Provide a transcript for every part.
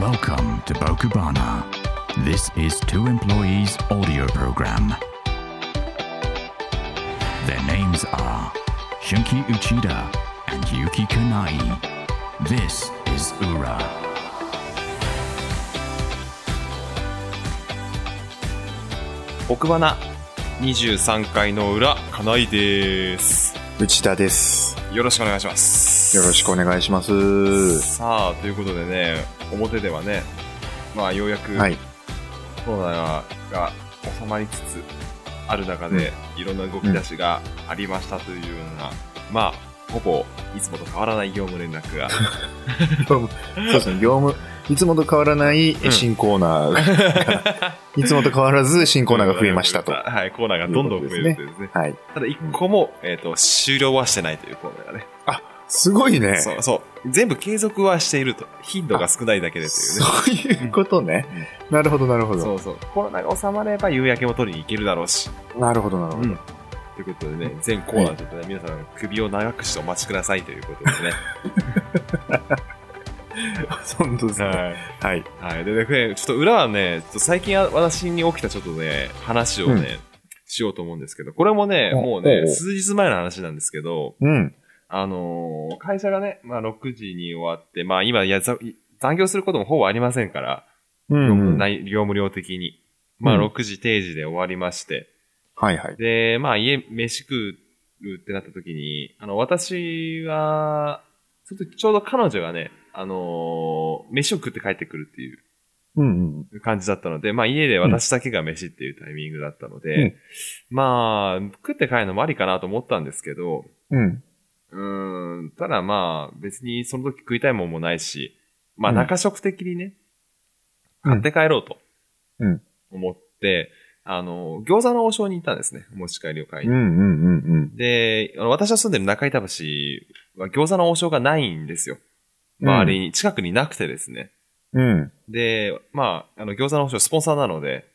Welcome to Bokubana. This is two employees' audio program. Their names are Shunki Uchida and Yuki Kunai. This is Ura. 奥花23回の裏金井です内田です。よろしくお願いしますよろしくお願いします。さあということでね表ではねまあようやく はい。コロナが収まりつつある中で、いろんな動き出しがありましたというような、まあほぼいつもと変わらない業務連絡がそうですね、業務、いつもと変わらないん新コーナー が、いつもと変わらず新 コーナーが増えましたと。ははいコーナーがどんどん増えるというですねい。ただ一個も、えっと終了はしてないというコーナーがねすごいね。そそうそう全部継続はしていると頻度が少ないだけでというねういうことね。なるほど、なるほそど。うそう。コロナが収まれば夕焼けも取りに行けるだろうし。なるほど、なるほど。ということでね、全コーナーちょっとね、皆さん首を長くしてお待ちくださいということでね。本当ですね。 はい。はい。でね、ちょっと裏はね、ちょっと最近あ私に起きたちょっとね、話をね、うんしようと思うんですけど、これもね、あもうねお、う数日前の話なんですけど、うん。あのー会社がね、まあ6時に終わって、まあ今やざ、残業することもほぼありませんから、うん、うん。はいない業務量的に。まあうん6時定時で終わりまして、はい。で、まあ家、飯食うってなった時に、あの、私は、その時ちょうど彼女がね、あのー飯を食って帰ってくるっていうんうん。う感じだったので、まあ家で私だけが飯っていうタイミングだったので、うんまあ、食って帰るのもありかなと思ったんですけど、うん。うーん、ただまあ、別にその時食いたいもんもないし、まあうん中食的にね、うん買って帰ろうとうん、思って、あの、餃子の王将に行ったんですね、お持ち帰りを買いにうん。うん。うん。で、あの私が住んでる中板橋は餃子の王将がないんですよ。周りに、近くになくてですね。うん。うん。で、まあ、あの餃子の王将スポンサーなので、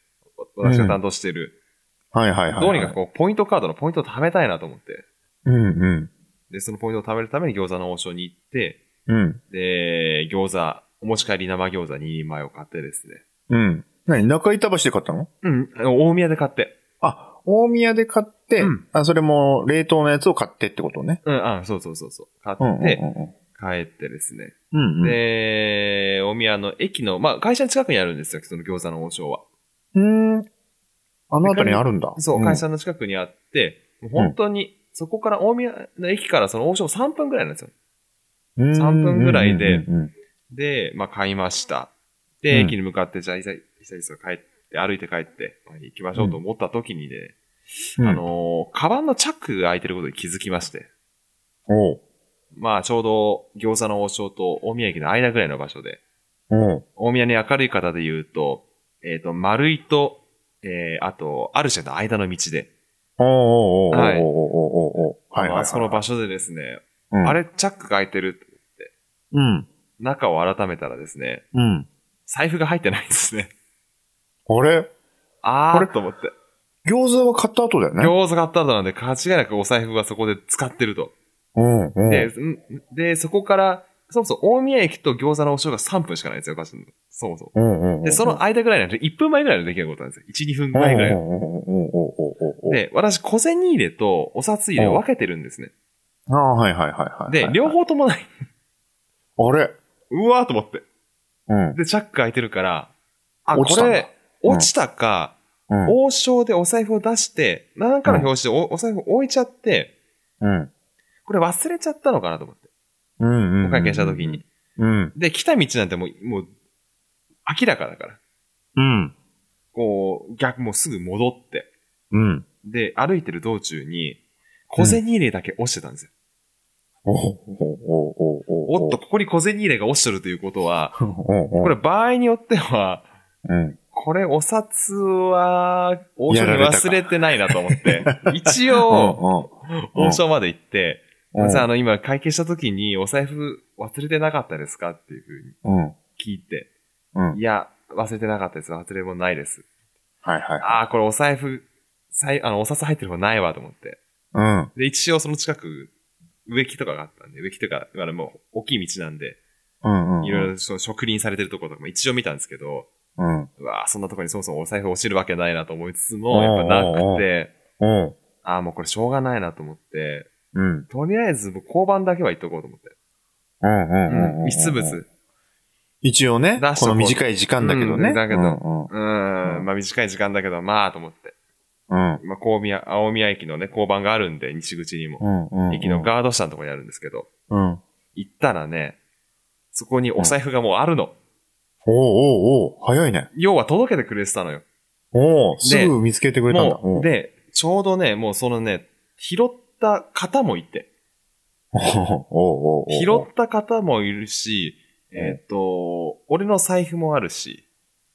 わ私が担当している、はいはいはい。どうにかこう、ポイントカードのポイントを貯めたいなと思って、う。うんうん。で、そのポイントを貯めるために餃子の王将に行って、うん。で、餃子、お持ち帰り生餃子2人前を買ってですね。うん。何中板橋で買ったのうん、あの大宮で買って。あ、大宮で買って、うんあ、それも冷凍のやつを買ってってことね。うん、あ、そうそうそうそう。買うんうんっうんて、帰ってですね。うん。うんで、大宮の駅の、まあ、会社の近くにあるんですよ、その餃子の王将は。うん。うーん。あの辺りにあるんだ。そう、ん会。社の近くにあって、もう本当に、そこから大宮の駅からその王将3分ぐらいなんですよ。 3 3分ぐらいでうんで、まあ買いました。で、うん駅に向かって、じゃあ、いざいざいざ帰って、歩いて帰って、まあ行きましょうと思った時にね、うん。あのーカバンのチャックが開いてることに気づきまして、おう、まあちょうど餃子の王将と大宮駅の間ぐらいの場所で、おう、大宮に明るい方で言うと、えっ、と、丸井と、えー、あと、アルシェの間の道で、おう、おう、おう、おう、おう、おう、おう、はいおう、はいはいまはあい。その場所でですね、うんあれ、チャックが開いてる。うん、中を改めたらですね、うん。財布が入ってないんですね。あれあこれーと思って。餃子は買った後だよね。餃子買った後なんで、間違いなくお財布はそこで使ってると。うん、うん。で、うんで、そこから、そもそも大宮駅と餃子のお正が3分しかないんですよ、私の。そもそも。うん、うん。で、その間ぐらいなんで、1分前ぐらいでできることなんですよ。1、2分前ぐらういん。うん、うん、うん、うん、うん。、で、私、小銭入れとお札入れを分けてるんですね。ああ、はいはいはいはい。で、両。方ともない。あれうわーと思って。うん、で、チャック開いてるから、あ、落ちこたんだれ、うん落ちたか、うん、王将でお財布を出して、何かの表紙でおお財布を置いちゃって、うん。これ忘れちゃったのかなと思って。うん、うん。お会計した時に。。うん、で、来た道なんてもう、もう、明らかだから。うん、こう、逆、もうすぐ戻って。うん。で、歩いてる道中に、小銭入れだけ落ちてたんですよ。おう、おう、おう、おう。おっと、ここに小銭入れが落ちてるということは、おう、おこう、れ場合によっては、うん。これお札は、王将にやられたか忘れてないなと思 って、一応、王将まで行って、うん、さあ、あの、今、会計した時に、お財布忘れてなかったですかっていうふうにうん、聞いて。うん。いや、忘れてなかったです。忘れ物ないです。はいはい。ああ、これお財布、さいあの、お札入ってる方ないわと思って。うん。で、一応その近く、植木とかがあったんで、植木とか、あの、もう、大きい道なんで、うんうん。いろいろその植林されてるところとかも一応見たんですけど、うん。うわぁ、そんなところにそもそもお財布落ちるわけないなと思いつつも、やっぱなおうおうおくうて、うん。ああ、もうこれしょうがないなと思って、うん。とりあえずもう交番だけは行っとこうと思って。うんうんうんうん。密物。一応ね出し、とここうの短い時間だけどうね。んだけどうんうーん、まあ短い時間だけど、まあと思って。うん。まあ、大宮、青宮駅のね、交番があるんで、西口にも。うんうんうん。駅のガード下のところにあるんですけど、うん。おう行ったらね、そこにお財布がもうあるの。おうおう早いね。要は届けてくれてたのよ。おおすぐ見つけてくれたんだ。もおう、うで、ちょうどね、もうそのね、拾った方もいて、おうおうおうおう拾った方もいるし、えっ、と、俺の財布もあるし、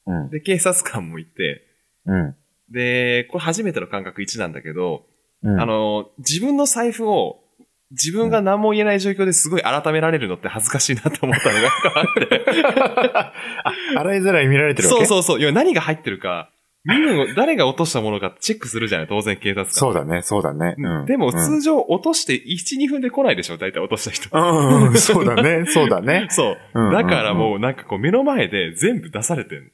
うん。で、警察官もいて、うん。で、これ初めての感覚1なんだけど、うん。あ、の、自分の財布を、自分が何も言えない状況ですごい改められるのって恥ずかしいなと思ったのがあって。洗いざらい見られてるわそけうそうそう。いや、何が入ってるか、見るの誰が落としたものかチェックするじゃない当然警察官。そうだね、そうだね。うん。でも、うん通常落として1、2分で来ないでしょ大体落とした人。うんうん、そうだね、そうだね。そううんうんう。んだからもうなんかこう目の前で全部出されてんの。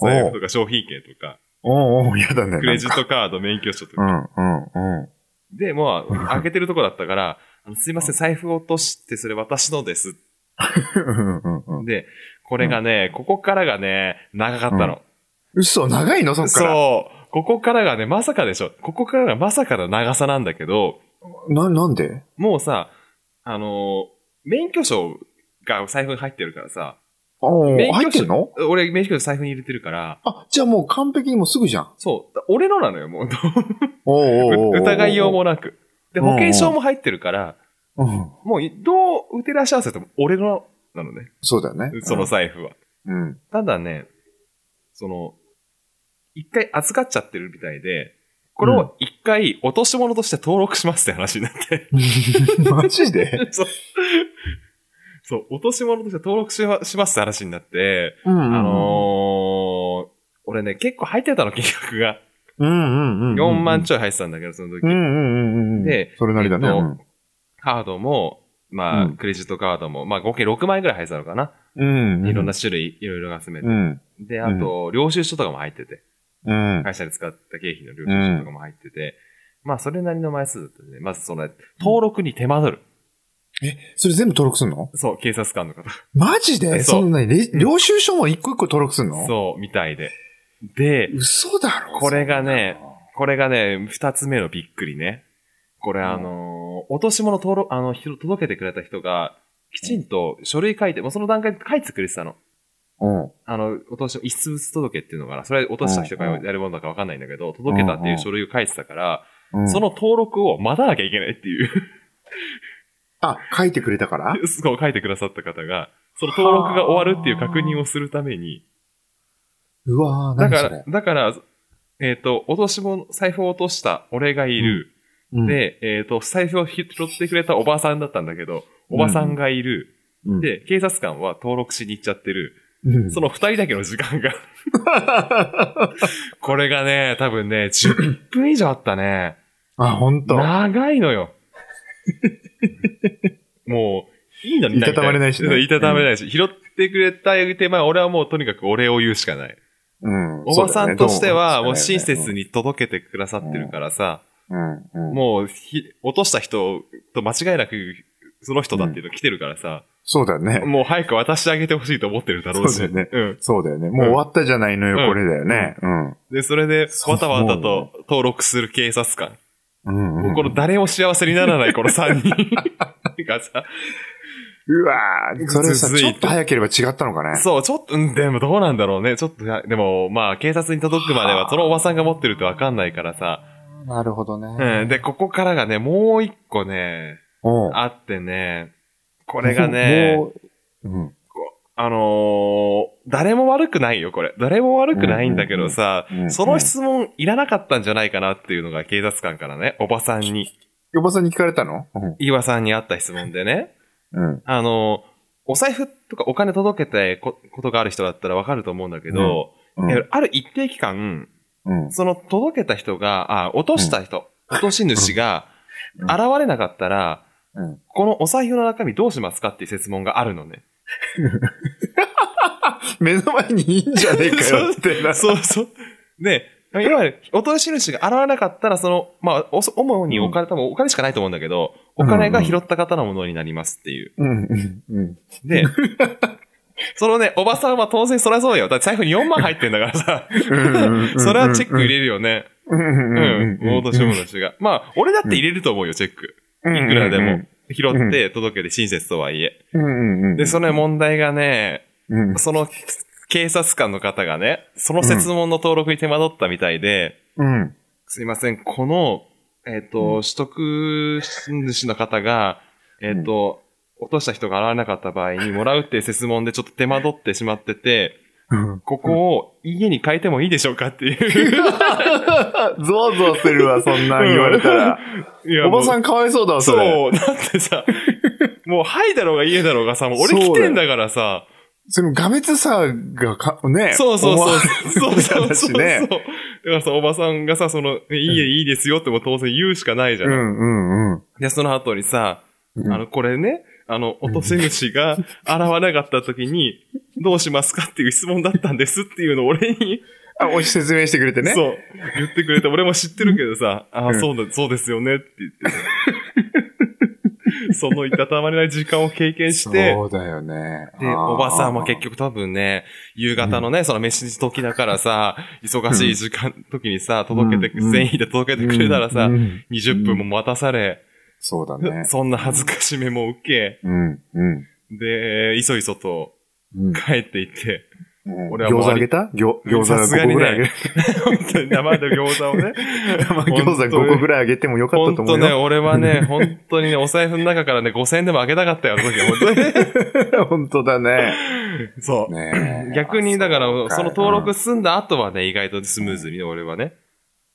おう財布とか商品券とか、おうおうやだね。クレジなんットカード、免許証とかうか。ん、うん、うん。で、まあ、開けてるとこだったから、あのすいません、財布落としてそれ私のです。うんうんうんで、これがね、ここからがね、長かったの。嘘、長いのそっから。そう。ここからがね、まさかでしょ。ここからがまさかの長さなんだけど、な、なんでもうさ、あのー免許証が財布に入ってるからさ、お免許証ー入ってんの俺免許証財布に入れてるから、あ、じゃあもう完璧にもうすぐじゃん。そう、俺のなのよ、もう。おうおうおうおう疑いようもなく。で、うんうん保険証も入ってるから、うん。もうどう打てらっしゃわせても俺のなのね、そうだよね。その財布は。うん。ただね、その、一回預かっちゃってるみたいで、これを一回落とし物として登録しますって話になって。うん。 マジでそう。そう、落とし物として登録しましますって話になって、うんうんうんあのー、俺ね、結構入ってたの、金額が。うんうんうんうん。 4万ちょい入ってたんだけど、その時。うんうんうんうん。でそれなりだね。えっとうんカードも、まあ、うんクレジットカードも、まあ、合計6枚ぐらい入ってたのかな。うんうん。いろんな種類、いろいろ集めてう。ん。で、あと、領収書とかも入ってて。うん。会社で使った経費の領収書とかも入ってて。まあ、それなりの枚数だったんで、まずその、登録に手間取る。え、それ全部登録すんのそう、警察官の方。マジでそうそんなに、れ領収書も一個一個登録すんのう。そう、みたいで。で、嘘だろこれがね、これがね、二つ目のびっくりね。これうんあのー落とし物登録、あの、ひろ届けてくれた人が、きちんと書類書いて、もうその段階で書いてくれてたの。そんなうん。あの、落とし、遺失物届けっていうのかな。それ落とした人がうんうんやるものだかわかんないんだけど、届けたっていう書類を書いてたから、うんその登録を待たなきゃいけないっていう、あ、書いてくれたからそう書いてくださった方が、その登録が終わるっていう確認をするために、うわー、だ何かそられ、。だから、えっ、と、落とし物、財布を落とした俺がいる、うん、で、えっ、と、財布を拾ってくれたおばさんだったんだけど、おばさんがいる、うん、で、警察官は登録しに行っちゃってる、うん、その二人だけの時間が。 これがね、多分ね、10分以上あったね。あ、本当。長いの よ。もう、いいのにいたたまれないしねそういたたまれないし。拾ってくれた手前、俺はもうとにかくお礼を言うしかない。うん。おばさんとしては、もう親切に。に届けてくださってるからさ、うん、うん。もうひ、落とした人と間違いなく、その人だっていうの来てるからさ、そうだね。もう早く渡してあげてほしいと思ってるだろうし。そうだよねうん。そうだよね。もう終わったじゃないのよ、うんこれだよね。うん。で、それで、そうわたわたと登録する警察官。うんうん、この誰も幸せにならないこの3人がさ、うわーそれずさ、ずちいょとっと早ければ違ったのかね。そう、ちょっと、うんでもどうなんだろうね。ちょっと、いやでも、まあ、警察に届くまでは、そのおばさんが持ってるとわかんないからさ。なるほどね。うん。で、ここからがね、もう一個ね、うん。あってね、これがね、もう、うん。あのー誰も悪くないよ、これ。誰も悪くないんだけどさうんうんう、んその質問いらなかったんじゃないかなっていうのが警察官からね、おばさんに、おばさんに聞かれたのうん。岩さんにあった質問でね、うん。あのーお財布とかお金届けたこことがある人だったらわかると思うんだけど、うんいやある一定期間、うん。その届けた人が、あ、落とした人、落とし主が、うん現れなかったら、うんこのお財布の中身どうしますかっていう質問があるのね。目の前にいいんじゃねえかよって な。そうそう。で、いわゆる、落とし主が現れなかったら、その、まあ、おそ主にお金、多分お金しかないと思うんだけど、お金が拾った方のものになりますっていう。うんうんうん。で、そのね、おばさんは当然そりゃそうよ。だって財布に4万入ってんだからさ、それはチェック入れるよね。うんうんううんん、うん。大年主主が。まあ、俺だって入れると思うよ、チェック。いくらでも。拾って、届けて親切とはいえ。うんうんうん。で、その問題がね、うんその警察官の方がね、その設問の登録に手間取ったみたいで、うん。すいません、この、えっ、と、取得主の方が、えっ、と、落とした人が現れなかった場合に、もらうっていう説問でちょっと手間取ってしまってて、うん。ここを家に変えてもいいでしょうかって いう。ゾワゾワするわ、そんなん言われたら。いやおばさもんかわいそうだわ、うそれ。そう、だって さ、もう、はいだろうが家だろうがさ、もう俺来てんだからさ、その画滅さがか、ね。そうそうそう。そうそうそうそう。思わだれるか話らさ、おばさんがさ、その、いいえ、いいですよっても当然言うしかないじゃ。うんんうんで、その後にさ、うん。あの、これね、あの、落とし主が現れなかった時に、どうしますかっていう質問だったんですっていうのを俺に、あ、お説明してくれてね。そう、言ってくれて、俺も知ってるけどさ、あうあ、んそうだ、そうですよねって言って。そ のいたたまれない時間を経験して、そうだよね。で、あーおばさんは結。局多分ね、夕方のね、その飯時だから さ、忙しい時間、時にさ、届けて、うん善意で届けてくれたらさうんう、ん20分も待たされ、そうだね。そんな恥ずかしめも受け、うん、うん。で、いそいそとうん帰っていって、俺俺ははもう餃子あげた餃餃子さすが5に個ねぐらいあげる。本当に生で餃子を ね、まあ餃子5個ぐらいあげてもよかっ本たと思当うね、よ。俺はね、本当にね、お財布の中からね、5000円でもあげたかったよ、あの時は。本当 に本当だね。そねう。え 逆に、だから、そうその登録済んだ後はね、意外とスムーズにね、俺はね、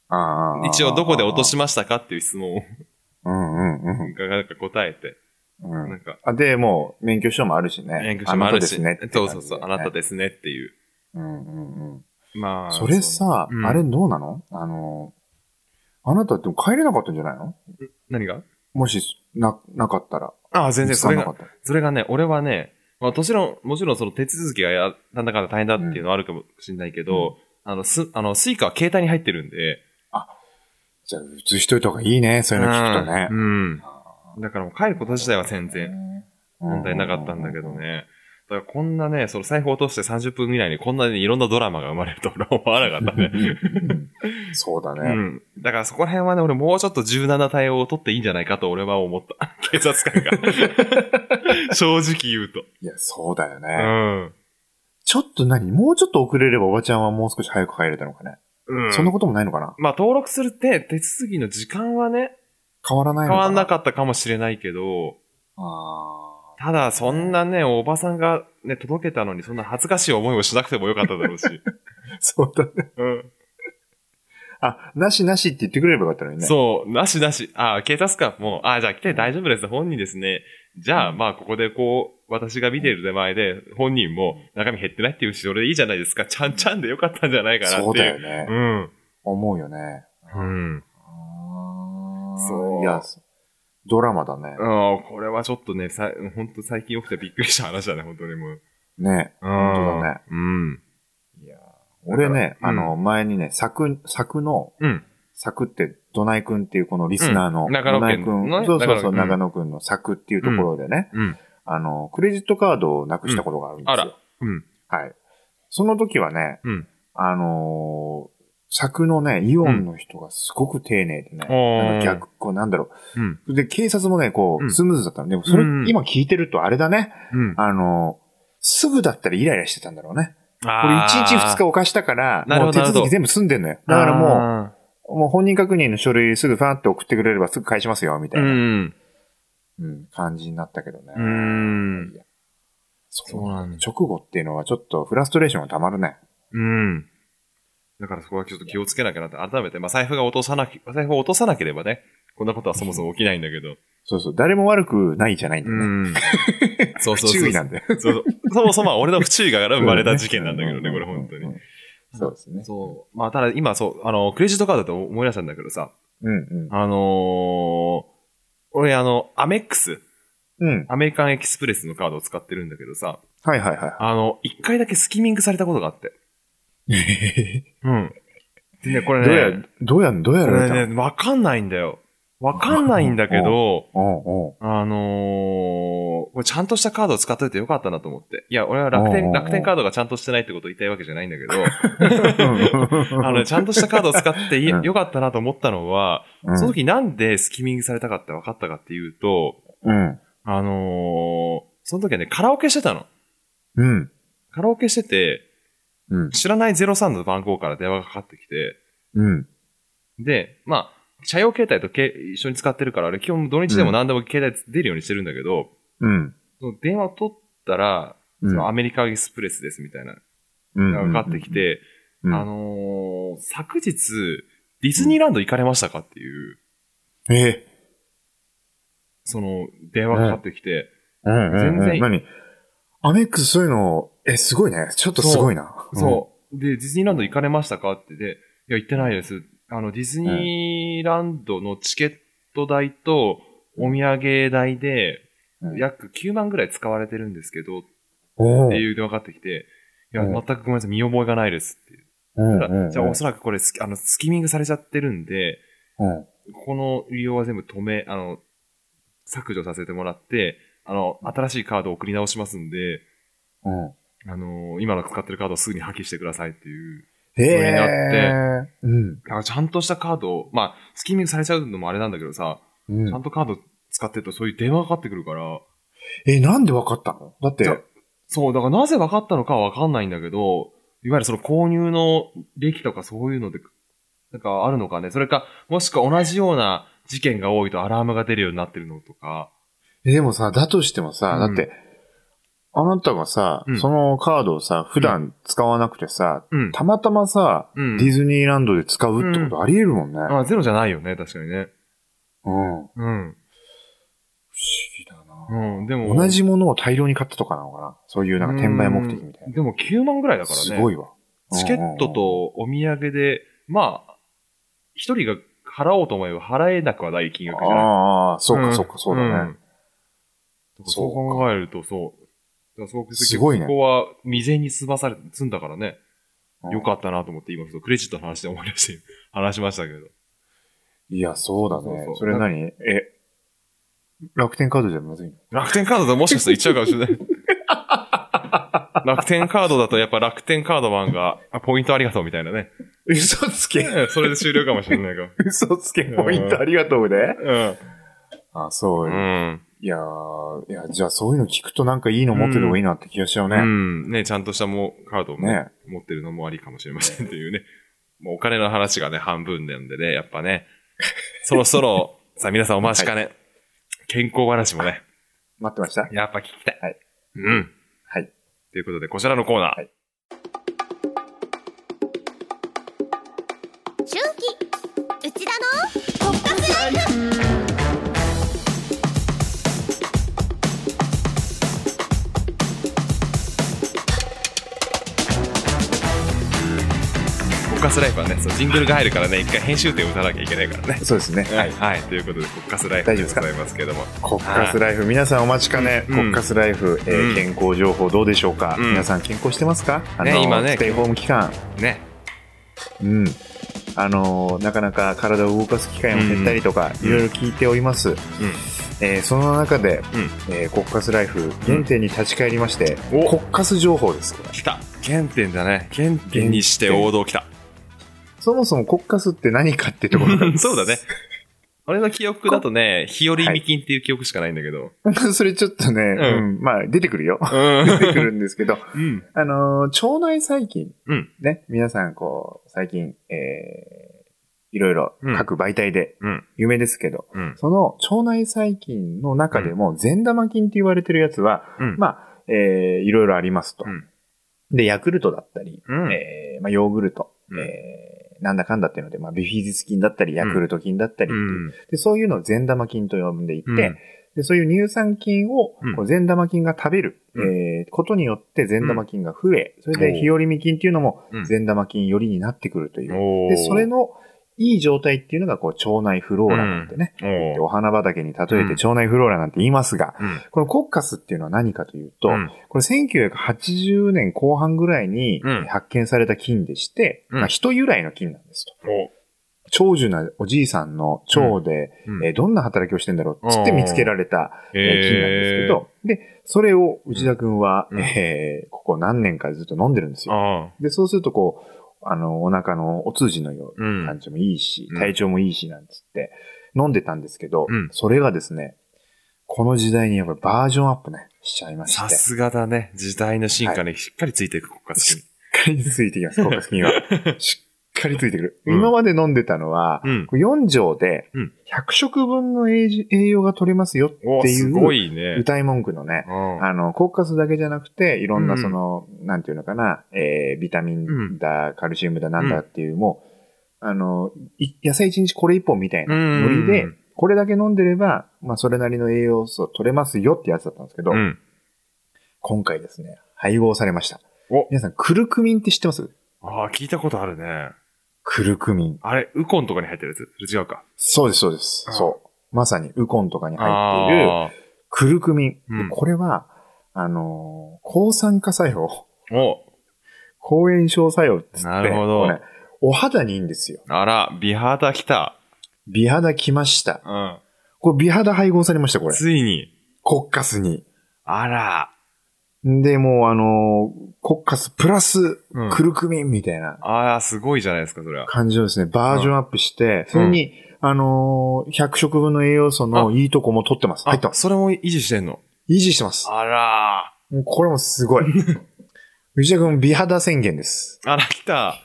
あー一応どこで落としましたかっていう質問を、うんうんうんがなんか答えて、うん。なんか、あ、で、もう、免許証もあるしね。遠距離もあるし、なたですね。そうそうそう、あなたで。ですねっていう。うんうんうん。まあ。それさ、そうねあれうんどうなのあの、あなたって帰れなかったんじゃないの何がもし、な、なかったら。ああ、全然それ見つかがんな、かったそれがね、俺はね、まあ、もちろん、もちろんその手続きがや、なんだかんだ大変だっていうのはあるかもしれないけど、あの、す、あの、スイカは携帯に入ってるんで、じゃあ、移しといた方がいいね。そういうの聞くとね。うん。うんだからもう帰ること自体は全然うん問題なかったんだけど。ね。だからこんなね、その財布落として30分以内にこんなにいろんなドラマが生まれると俺は思わなかったうんうね。んそうだうね。ん。だからそこら辺はね、俺もうちょっと柔軟な対応を取っていいんじゃないかと俺は思った。 警察官が。正直言うと。いや、そうだよね。うん。ちょっと何もうちょっと遅れればおばちゃんはもう少し早く帰れたのかね。うん。そんなこともないのかなまあ登録するって手続きの時間はね、変わらない変のかなわんなっかったかもしれないけど、た。あただそんなね、おばさんがね、届けたのにそんな恥ずかしい思いをしなくてもよかっただろうし。ーそうだね。うん。あ、なしなしって言ってくれればよかったのにね。そう、なしなし。ああ、警察官も、ああ、じゃあ来て大丈夫です。本人ですね。じゃあ、まあ、ここでこう、私が見ている手前で、本人も中身減ってないっていうし、俺でいいじゃないですか。ちゃんちゃんでよかったんじゃないかなっていう。そうだよね。うん。思うよね。うん。あーそういや、そドラマだね。ああ、これはちょっとね、さ、ほんと最近起きてびっくりした話だね、本当にもう。ね。本当だね。うん。いや俺ね、だからあの、前にね、作、作の、うん。作って、どないくんっていうこのリスナーの、うん長野県どないくのんねそうそうそう、長野長野くんの作っていうところでね、うん。あの、クレジットカードをなくしたことがあるんですよ。あら。うん。はい。その時はね、うんあのー柵のね、イオンの人がすごく丁寧でね、うんなんか逆、こうなんだろうん。う。で、警察もね、こうう、んスムーズだったの。でも、それ、うん今聞いてるとあれだね、うん。あのーすぐだったらイライラしてたんだろうね。これ1あー日2日犯したから、なるもほうど手続き全部済んでんのよ。だからもう、もう本人確認の書類すぐファーって送ってくれればすぐ返しますよ、みたあーいな、うん。うん感じになったけどね。うんいやそうなんだ直後っていうのはちょっとフラストレーションが溜まるね。うん。だからそこはちょっと気をつけなきゃなって、改めて、まあ、財布が落とさなき、財布を落とさなければね、こんなことはそもそも起きないんだけど。そうそう。誰も悪くないじゃないんだよね。ん。 そうそうそう。注意なんで。そうそうそもそも俺の不注意が生まれた事件なんだけどね、これ本当うんにうん。うん。そうですね。そう。まあ、ただ今そう、あの、クレジットカードって思い出したんだけどさ、うんうん。あのー、俺あの、アメックスうん。アメリカンエキスプレスのカードを使ってるんだけどさ、はいはいはあの、一回だけスキミングされたことがあって。い。うん。でね、これどうやね、、どうやん、どうやこられたのれね、わかんないんだよ。わかんないんだけど、 おうおうあのー、これちゃんとしたカードを使っといてよかったなと思って。いや、俺は楽おうおうお天、う楽天カードがちゃんとしてないってことを言いたいわけじゃないんだけ ど、あの、うちゃんとしたカードを使っていうんよかったなと思ったのは、んその時なんでスキミングされたかって分かったかっていうと、うん。あのー、その時はね、カラオケしてたの。うん。カラオケしてて、うん。知らない03の番号から電話がかかってきて、うん。で、まあ、車用携帯とけ一緒に使ってるから、あれ基本土日でも何でも携帯出るようにしてるんだけど、うん。その電話を取ったら、うんそのアメリカエキスプレスですみたいな、うんがかかってき、て、うんあのー昨日、ディズニーランド行かれましたかっていう、えその、電話がかかってきて、え。うんうんうん。全然何アメックスそういうの、え、すごいね。ちょっとすごいな。そう。で、ディズニーランド行かれましたかってで、いや、行ってないです。あの、ディズニーランドのチケット代とお土産代でうん、約9万ぐらい使われてるんですけど、っうん。おてう。いう電話がかかってきて、いや、うん全くごめんなさい、見覚えがないですってうん言ったうんうら。んじゃあ、おそらくこれスキ、あの、スキミングされちゃってるんで、うんここの利用は全部止め、あの、削除させてもらって、あの、新しいカードを送り直しますんで、うん。あの、今の使ってるカードをすぐに破棄してくださいっていう。へこれになっえ。うん。だからちゃんとしたカードを、まあ、スキミングされちゃうのもあれなんだけどさ、うちゃんんとカード使ってるとそういう電話がかかってくるから、え、なんでわかったのだってじゃ、そう、だからなぜ分かったのかは分かんないんだけど、いわゆるその購入の歴とかそういうので、なんかあるのかね。それか、もしくは同じような事件が多いとアラームが出るようになってるのとか。えでもさ、だとしてもさ、うんだって、あなたがさ、うんそのカードをさ、普段使わなくてさ、うん。たまたまさ、うんディズニーランドで使うってことあり得るもんね。まあ、ゼロじゃないよね、確かにね。うん。不うん。思議うん、でだも。な。同じものを大量に買ったとかなのかなそういうなんか転売目的みたいうんな。でも9万ぐらいだからね。すごいわ。チケットとお土産で、まあ、一人が払おうと思えば払えなくはない金額じゃない。ああ、そうか、んそうか、そうだね。んそう考えると、そう。だからすごくすごいねそこは未然に済まされ、済んだからね。うんよかったなと思って、今、クレジットの話で思い出して、話しましたけど。いや、そうだね。そそうそうそうれ何え、楽天カードじゃまずいの楽天カードだともしかしたら行っちゃうかもしれない。楽天カードだとやっぱ楽天カードマンが、あポイントありがとうみたいなね。嘘つけ。それで終了かもしれないか嘘つけ。ポインうトんありがとうね。ら。あ、そうう。ん。うん。いやーいや、じゃあそういうの聞くとなんかいいの持ってる方がいいなって気がしちゃうね。うん。ね、ちゃんとしたもうカードをねね持ってるのもありかもしれませんっていうね。もうお金の話がね、半分なんでね、やっぱね。そろそろ、さあ皆さんお待ちかね、健康話もね、待ってましたやっぱ聞きたい。はいうん。はい。ということで、こちらのコーナー。はい春季内田の骨格ライフ国家スライフはね、そう、ジングルが入るからね、一回編集点を打たなきゃいけないからね。そうですね。はい。はい。ということで、国家スライフ大でご丈夫ですかざいますけども。国家スライフ、皆さんお待ちかね、うん国家スライフ、えうーん健康情報どうでしょうか、うん皆さん健康してますかあの、ね今ねステイホーム期間。ね。うん。あのーなかなか体を動かす機会も減ったりとか、うんいろいろ聞いております。えーその中で、うえー国家スライフ、原点に立ち返りまして、お国家ス情報です。これ来た。原点だね。原点にして王道来た。そもそも国家スって何かってところか らそうだね。俺の記憶だとね、日和美金っていう記憶しかないんだけど。 それちょっとね、うんん、まあ、出てくる よ。出うてくるんですけど、ん。あのー腸内細菌、うんね、皆さん、こう、最近、えー、いろいろうん各媒体でうん。有名ですけど、うん。その腸内細菌の中でも、善玉菌って言われてるやつは、うん。まあ、えー、いろいろありますと。うんで、ヤクルトだったり、うんえーまあ、ヨーグルト、うんえーなんだかんだっていうので、まあ、ビフィズス菌だったり、ヤクルト菌だったりってう。いうんで、そういうのを善玉菌と呼んでいて、うんで、そういう乳酸菌をうんこう善玉菌が食べる、うんえーことによって善玉菌が増え、それで日和見菌っていうのもうん善玉菌よりになってくるという。おーで、それのいい状態っていうのが、こう、腸内フローラなんてね、おおう花畑に例えてうん腸内フローラなんて言いますが、うん。このコッカスっていうのは何かというと、うんこれ1980年後半ぐらいにうん発見された菌でして、うんまあ、人由来の菌なんですと。お長寿なおじいさんの腸で、うんえーどんな働きをしてんだろうっつって見つけられた、えー菌なんですけえど、で、それを内田くんは、うんえーここ何年かずっと飲んでるんですーよ。ああ。で、そうするとこう、あの、お腹のお通じのよううな感ん。じもいいし、うん体調もいいし、なんつって飲んでたんですけど、うんそれがですね、この時代にやっぱりバージョンアップね、しちゃいまして。さすがだね。時代の進化ね、しっかりついていく国家しっかりついてきます、効果的 には。しっかりついてくる。うん今まで飲んでたのは、うんこう4錠でうん100食分の栄じ栄養が取れますよっておいすごういね。歌い文句のね、うんあの、コーカスだけじゃなくて、いろんうなんその、なんていうのかな、えービタミンだ、カルシウムだ、なんだっていう、もう、あの、い野菜一日これ一本みたいなうんノリで、これだけ飲んでれば、まあ、それなりの栄養素取れますよってやつだったんですけど、うん。今回ですね、配合されました。お皆さん、クルクミンって知ってますああ、聞いたことあるね。クルクミン。あれ、ウコンとかに入ってるやつそれ違うか。そうです、そうですあ。そう。まさに、ウコンとかに入っている、クルクミン。うんでこれは、あのー抗酸化作用。いる。お抗炎症作用っつって。なるほどこれねお肌にいいんですよ。あら、美肌来た。美肌来ました。うん。これ美肌配合されました、これ。ついに。コッカスに。あら。で、もうあのーコッカスプラス、うんクルクミンみたいなあら、すごいじゃないですか、それは。感じをですね、バージョンアップして、それに、あのー100食分の栄養素のいいとこも取ってます。入ってあ、ます。それも維持してんの。維持してます。あら。もうこれも すごい。藤田君、美肌宣言です。あら、来た。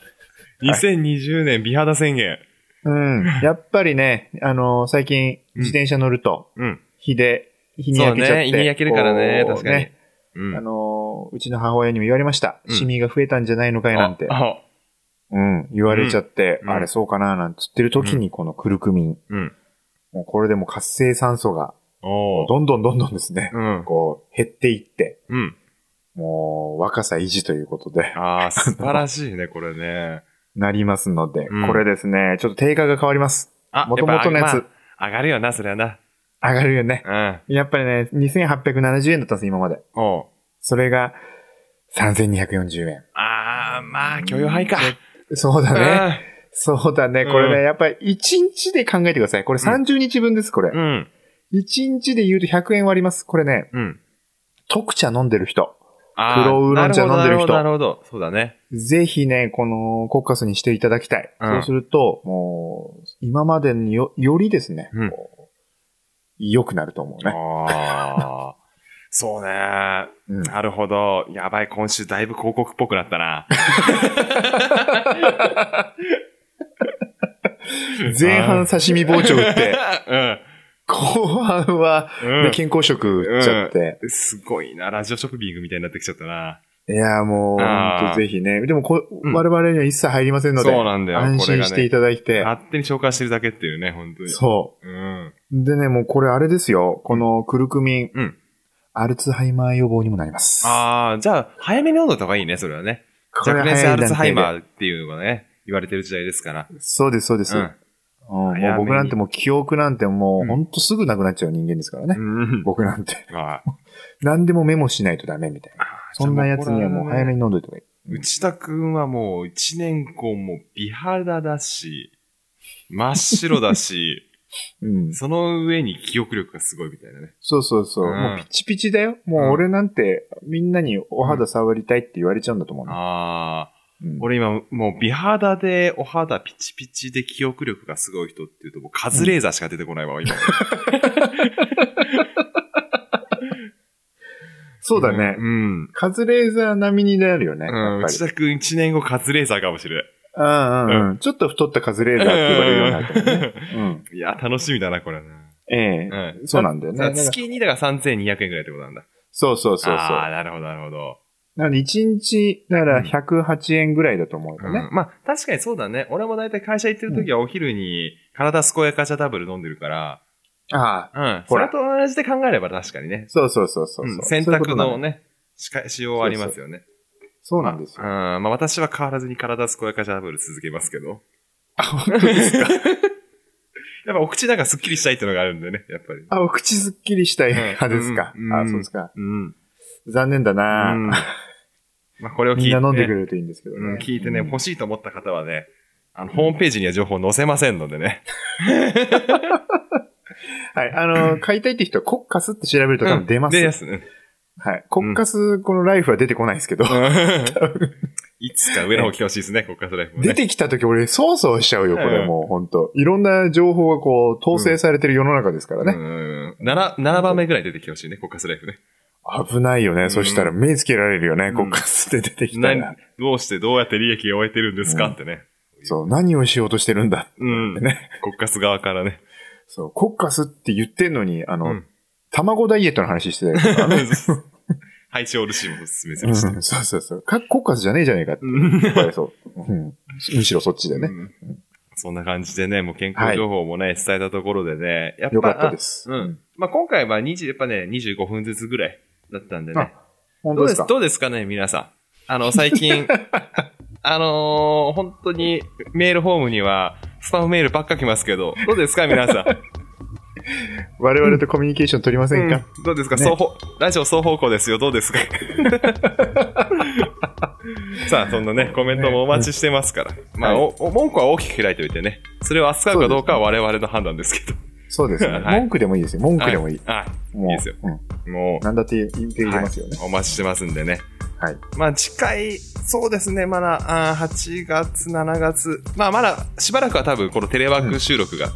2020年美肌宣言。 うん。やっぱりね、あのー最近、うん自転車乗ると、うん。日で、日にそう焼けちゃって。ね。胃に焼けるからね。こう確かに。あうん。のー、うちの母親にも言われました。うんシミが増えたんじゃないのかいなんて。あ、あうん、言われちゃって、うんあれそうかななんて言ってる時にこのクルクミン。うん。もうこれでもう活性酸素が、おーどんどんどんどんですね、うん。こう、減っていって、うん。もう、若さ維持ということで、ああ、素晴らしいね、これね。なりますので、うんこれですね、ちょっと定価が変わります。あ、元々のやつっぱまあ上がるよな、それはな。上がるよね。うん。やっぱりね、2870円だったんです、今まで。おうそれが、3240円。ああ、まあ、許容範囲か。そうだね。ね。そうだね。これね、やっぱり1日で考えてください。これ30日分です、これ。うん。一日で言うと100円割ります。これね、うん。特茶飲んでる人。あー黒ウーロン茶飲んでなるる人ほど、なるほど。そうだね。ぜひね、このコッカスにしていただきたい。うんそうすると、もう、今までによ、よりですね、うんこう良くなると思うね。ああ。そうね。なうんるほど。やばい、今週だいぶ広告っぽくなったな。 前半刺身包丁打って、 う後半は、ん。ねうん。健康食打っちゃって。すごいな。ラジオショッピングみたいになってきちゃったな。いやー、もう、あーほんとぜひね。でもこ、うん我々には一切入りませんので、そうなんだよ安心していただいて、勝手に紹介してるだけっていうね、本当に。。そううん。う。でね、もうこれあれですよ。このクルクミン、うん。アルツハイマー予防にもなります。ああ、じゃあ、早めに飲んだ方がいいね、それはね。これ若早い年性段階アルツハイマで。ーっていうのがね、言われてる時代ですから。そうです、そうです。うんうん早めもにう僕なんてもう記憶なんてもううんほんとすぐなくなっちゃう人間ですからね。うん。僕なんて。は何でもメモしないとダメみたいな。そんなやつにはもう早めに。に飲んどいた方がいい。内田くんはもう一年後も美肌だし、真っ白だし、 うん。その上に記憶力がすごいみたいなね。そうそうそう。うんもうピチピチだよ。もう俺なんてみんなにお肌触りたいって言われちゃうんだと思うな。ああ、うん俺今もう美肌でお肌ピチピチで記憶力がすごい人っていうともうカズレーザーしか出てこない わ、今。そうだね。うん。カズレーザー並みになるよね。うんやっぱり内。田くん一年後カズレーザーかもしれん。うんうんうん。ちょっと太ったカズレーザーって言われるようになってるね。うん。 いや、楽しみだな、これね。ええ。うんそうなんだよねだから月にだから3200円ぐらいってことなんだ。そうそうそうそうあ。あ、なるほど、なるほど。なので、1日、だから108円ぐらいだと思うよね。うんまあ、確かにそうだね。俺もだいたい会社行ってる時はお昼に体健やか茶ダブル飲んでるから、ああ、うん。そほれらと同じで考えれば確かにね。そうそうそうそう。うん選択そういうことなののね、しか、仕様はありますよね。そうなんですうよん。。まあ、私は変わらずに体健やか茶ダブル続けますけど。あ、本当ですか。 やっぱお口なんかスッキリしたいっていうのがあるんでね、やっぱり。あ、お口すっきりしたい派ですか。うんあ、そうですか。うん。残念だな、うんまあ、これを聞いみんて、な飲んでくれるといいんですけどね。うん聞いてね、うん欲しいと思った方はね、あの、ホームページには情報載せませんのでね。はい。あの、買いたいって人はコッカスって調べると多分出ます。うん出ます。うんはい。コッカス、このライフは出てこないですけど、いつか上の方来てほしいですね、国家スライフもね。出てきた時俺、そうそうしちゃうよ、こうれんもう、本当いろんな情報がこう、統制されてる世の中ですからね。うん。7、7番目ぐらい出てきてほしいね、国家スライフね。危ないよね。んそしたら目つけられるよね、うんコッカスって出てきた何ら。、どうしてどうやって利益を得てるんですかってね。そう、何をしようとしてるんだ。うん。ね国家ス側から ね。そう、コッカスって言ってんのに、あの、うん卵ダイエットの話してたり とかね。配信オルシーもおすすめすうるんし。そうそうそう。かコッカスじゃねえじゃねえかって。うんやっぱりそう。うんむしろそっちでね。うんそんな感じでね、もう健康情報もね、伝えたところでね、やっぱ、よかったです。あうん。まあ、今回は20、やっぱね、25分ずつぐらいだったんでね。本どう当でですかすどうですかね、皆さん。あの、最 近、あのー本当にメールフォームには、スパムメールばっか来ますけど、どうですか、皆さん。我々とコミュニケーション取りませんか、うんどうですか、ね双方、ラジオ双方向ですよ、どうです かさあ、そんなね、コメントもお待ちしてますから。まあ、はおお文句は大きく開いておいてね。それを扱うかどうかは我々の判断ですけど。そうですね。はい文句でもいいですよ。文句でもいい。はもういいですようんい。もう、何だって言っていけますよね。お待ちしてますんでね。はい。まあ、次回、そうですね、まだ、あー8月、7月。まあ、まだ、しばらくは多分、このテレワーク収録が、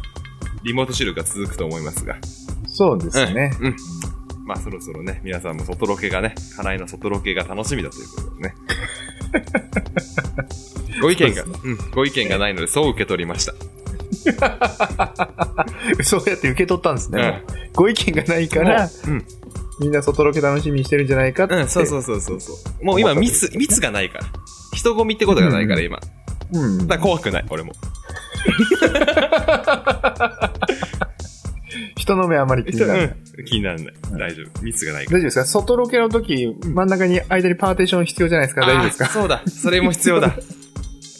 リモート収録が続くと思いますが。そうですね。うん。まあそろそろね、皆さんも外ロケがね、家内の外ロケが楽しみだということ でね。ご意見が、そううん、ご意見がないので、そう受け取りました。そうやって受け取ったんですね。ご意見がないかもら、う、うん、みんな外ロケ楽しみにしてるんじゃないかって。うん、そうそうそうそうそう。もう今、密、密がないから。人混みってことがないから、今。だかうん。ら怖くない、俺も。人の目あまり気にならない。うん 気にならない。大丈夫。密がない大か丈ら。夫ですか外ロケの時、真ん中に間にパーテーション必要じゃないですか大丈夫ですかあーそうだ。それも必要だ。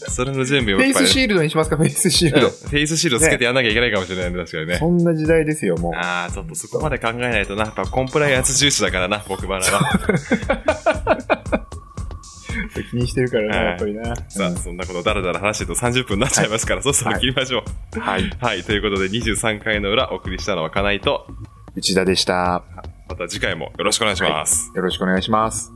それの準備フもェいっイぱいスねシールドにしますかフェイスシールうんフェイスシールドつけてやんなきゃいけないかもしれないね、確かにド。ね。そんな時代ですよ、もう。ああ、ちょっとそこまで考えないとな、やっぱコンプライアンス重視だからな、僕バラは。気にしてるからはな、いやっぱりな。さあ、そんなことだらだら話してると30分になっちゃいますから、そろそろ切りましょう。はい。はい、ということで23回の裏お送りしたのはかないと、内田でした。また次回もよろしくお願いします。よろしくお願いします。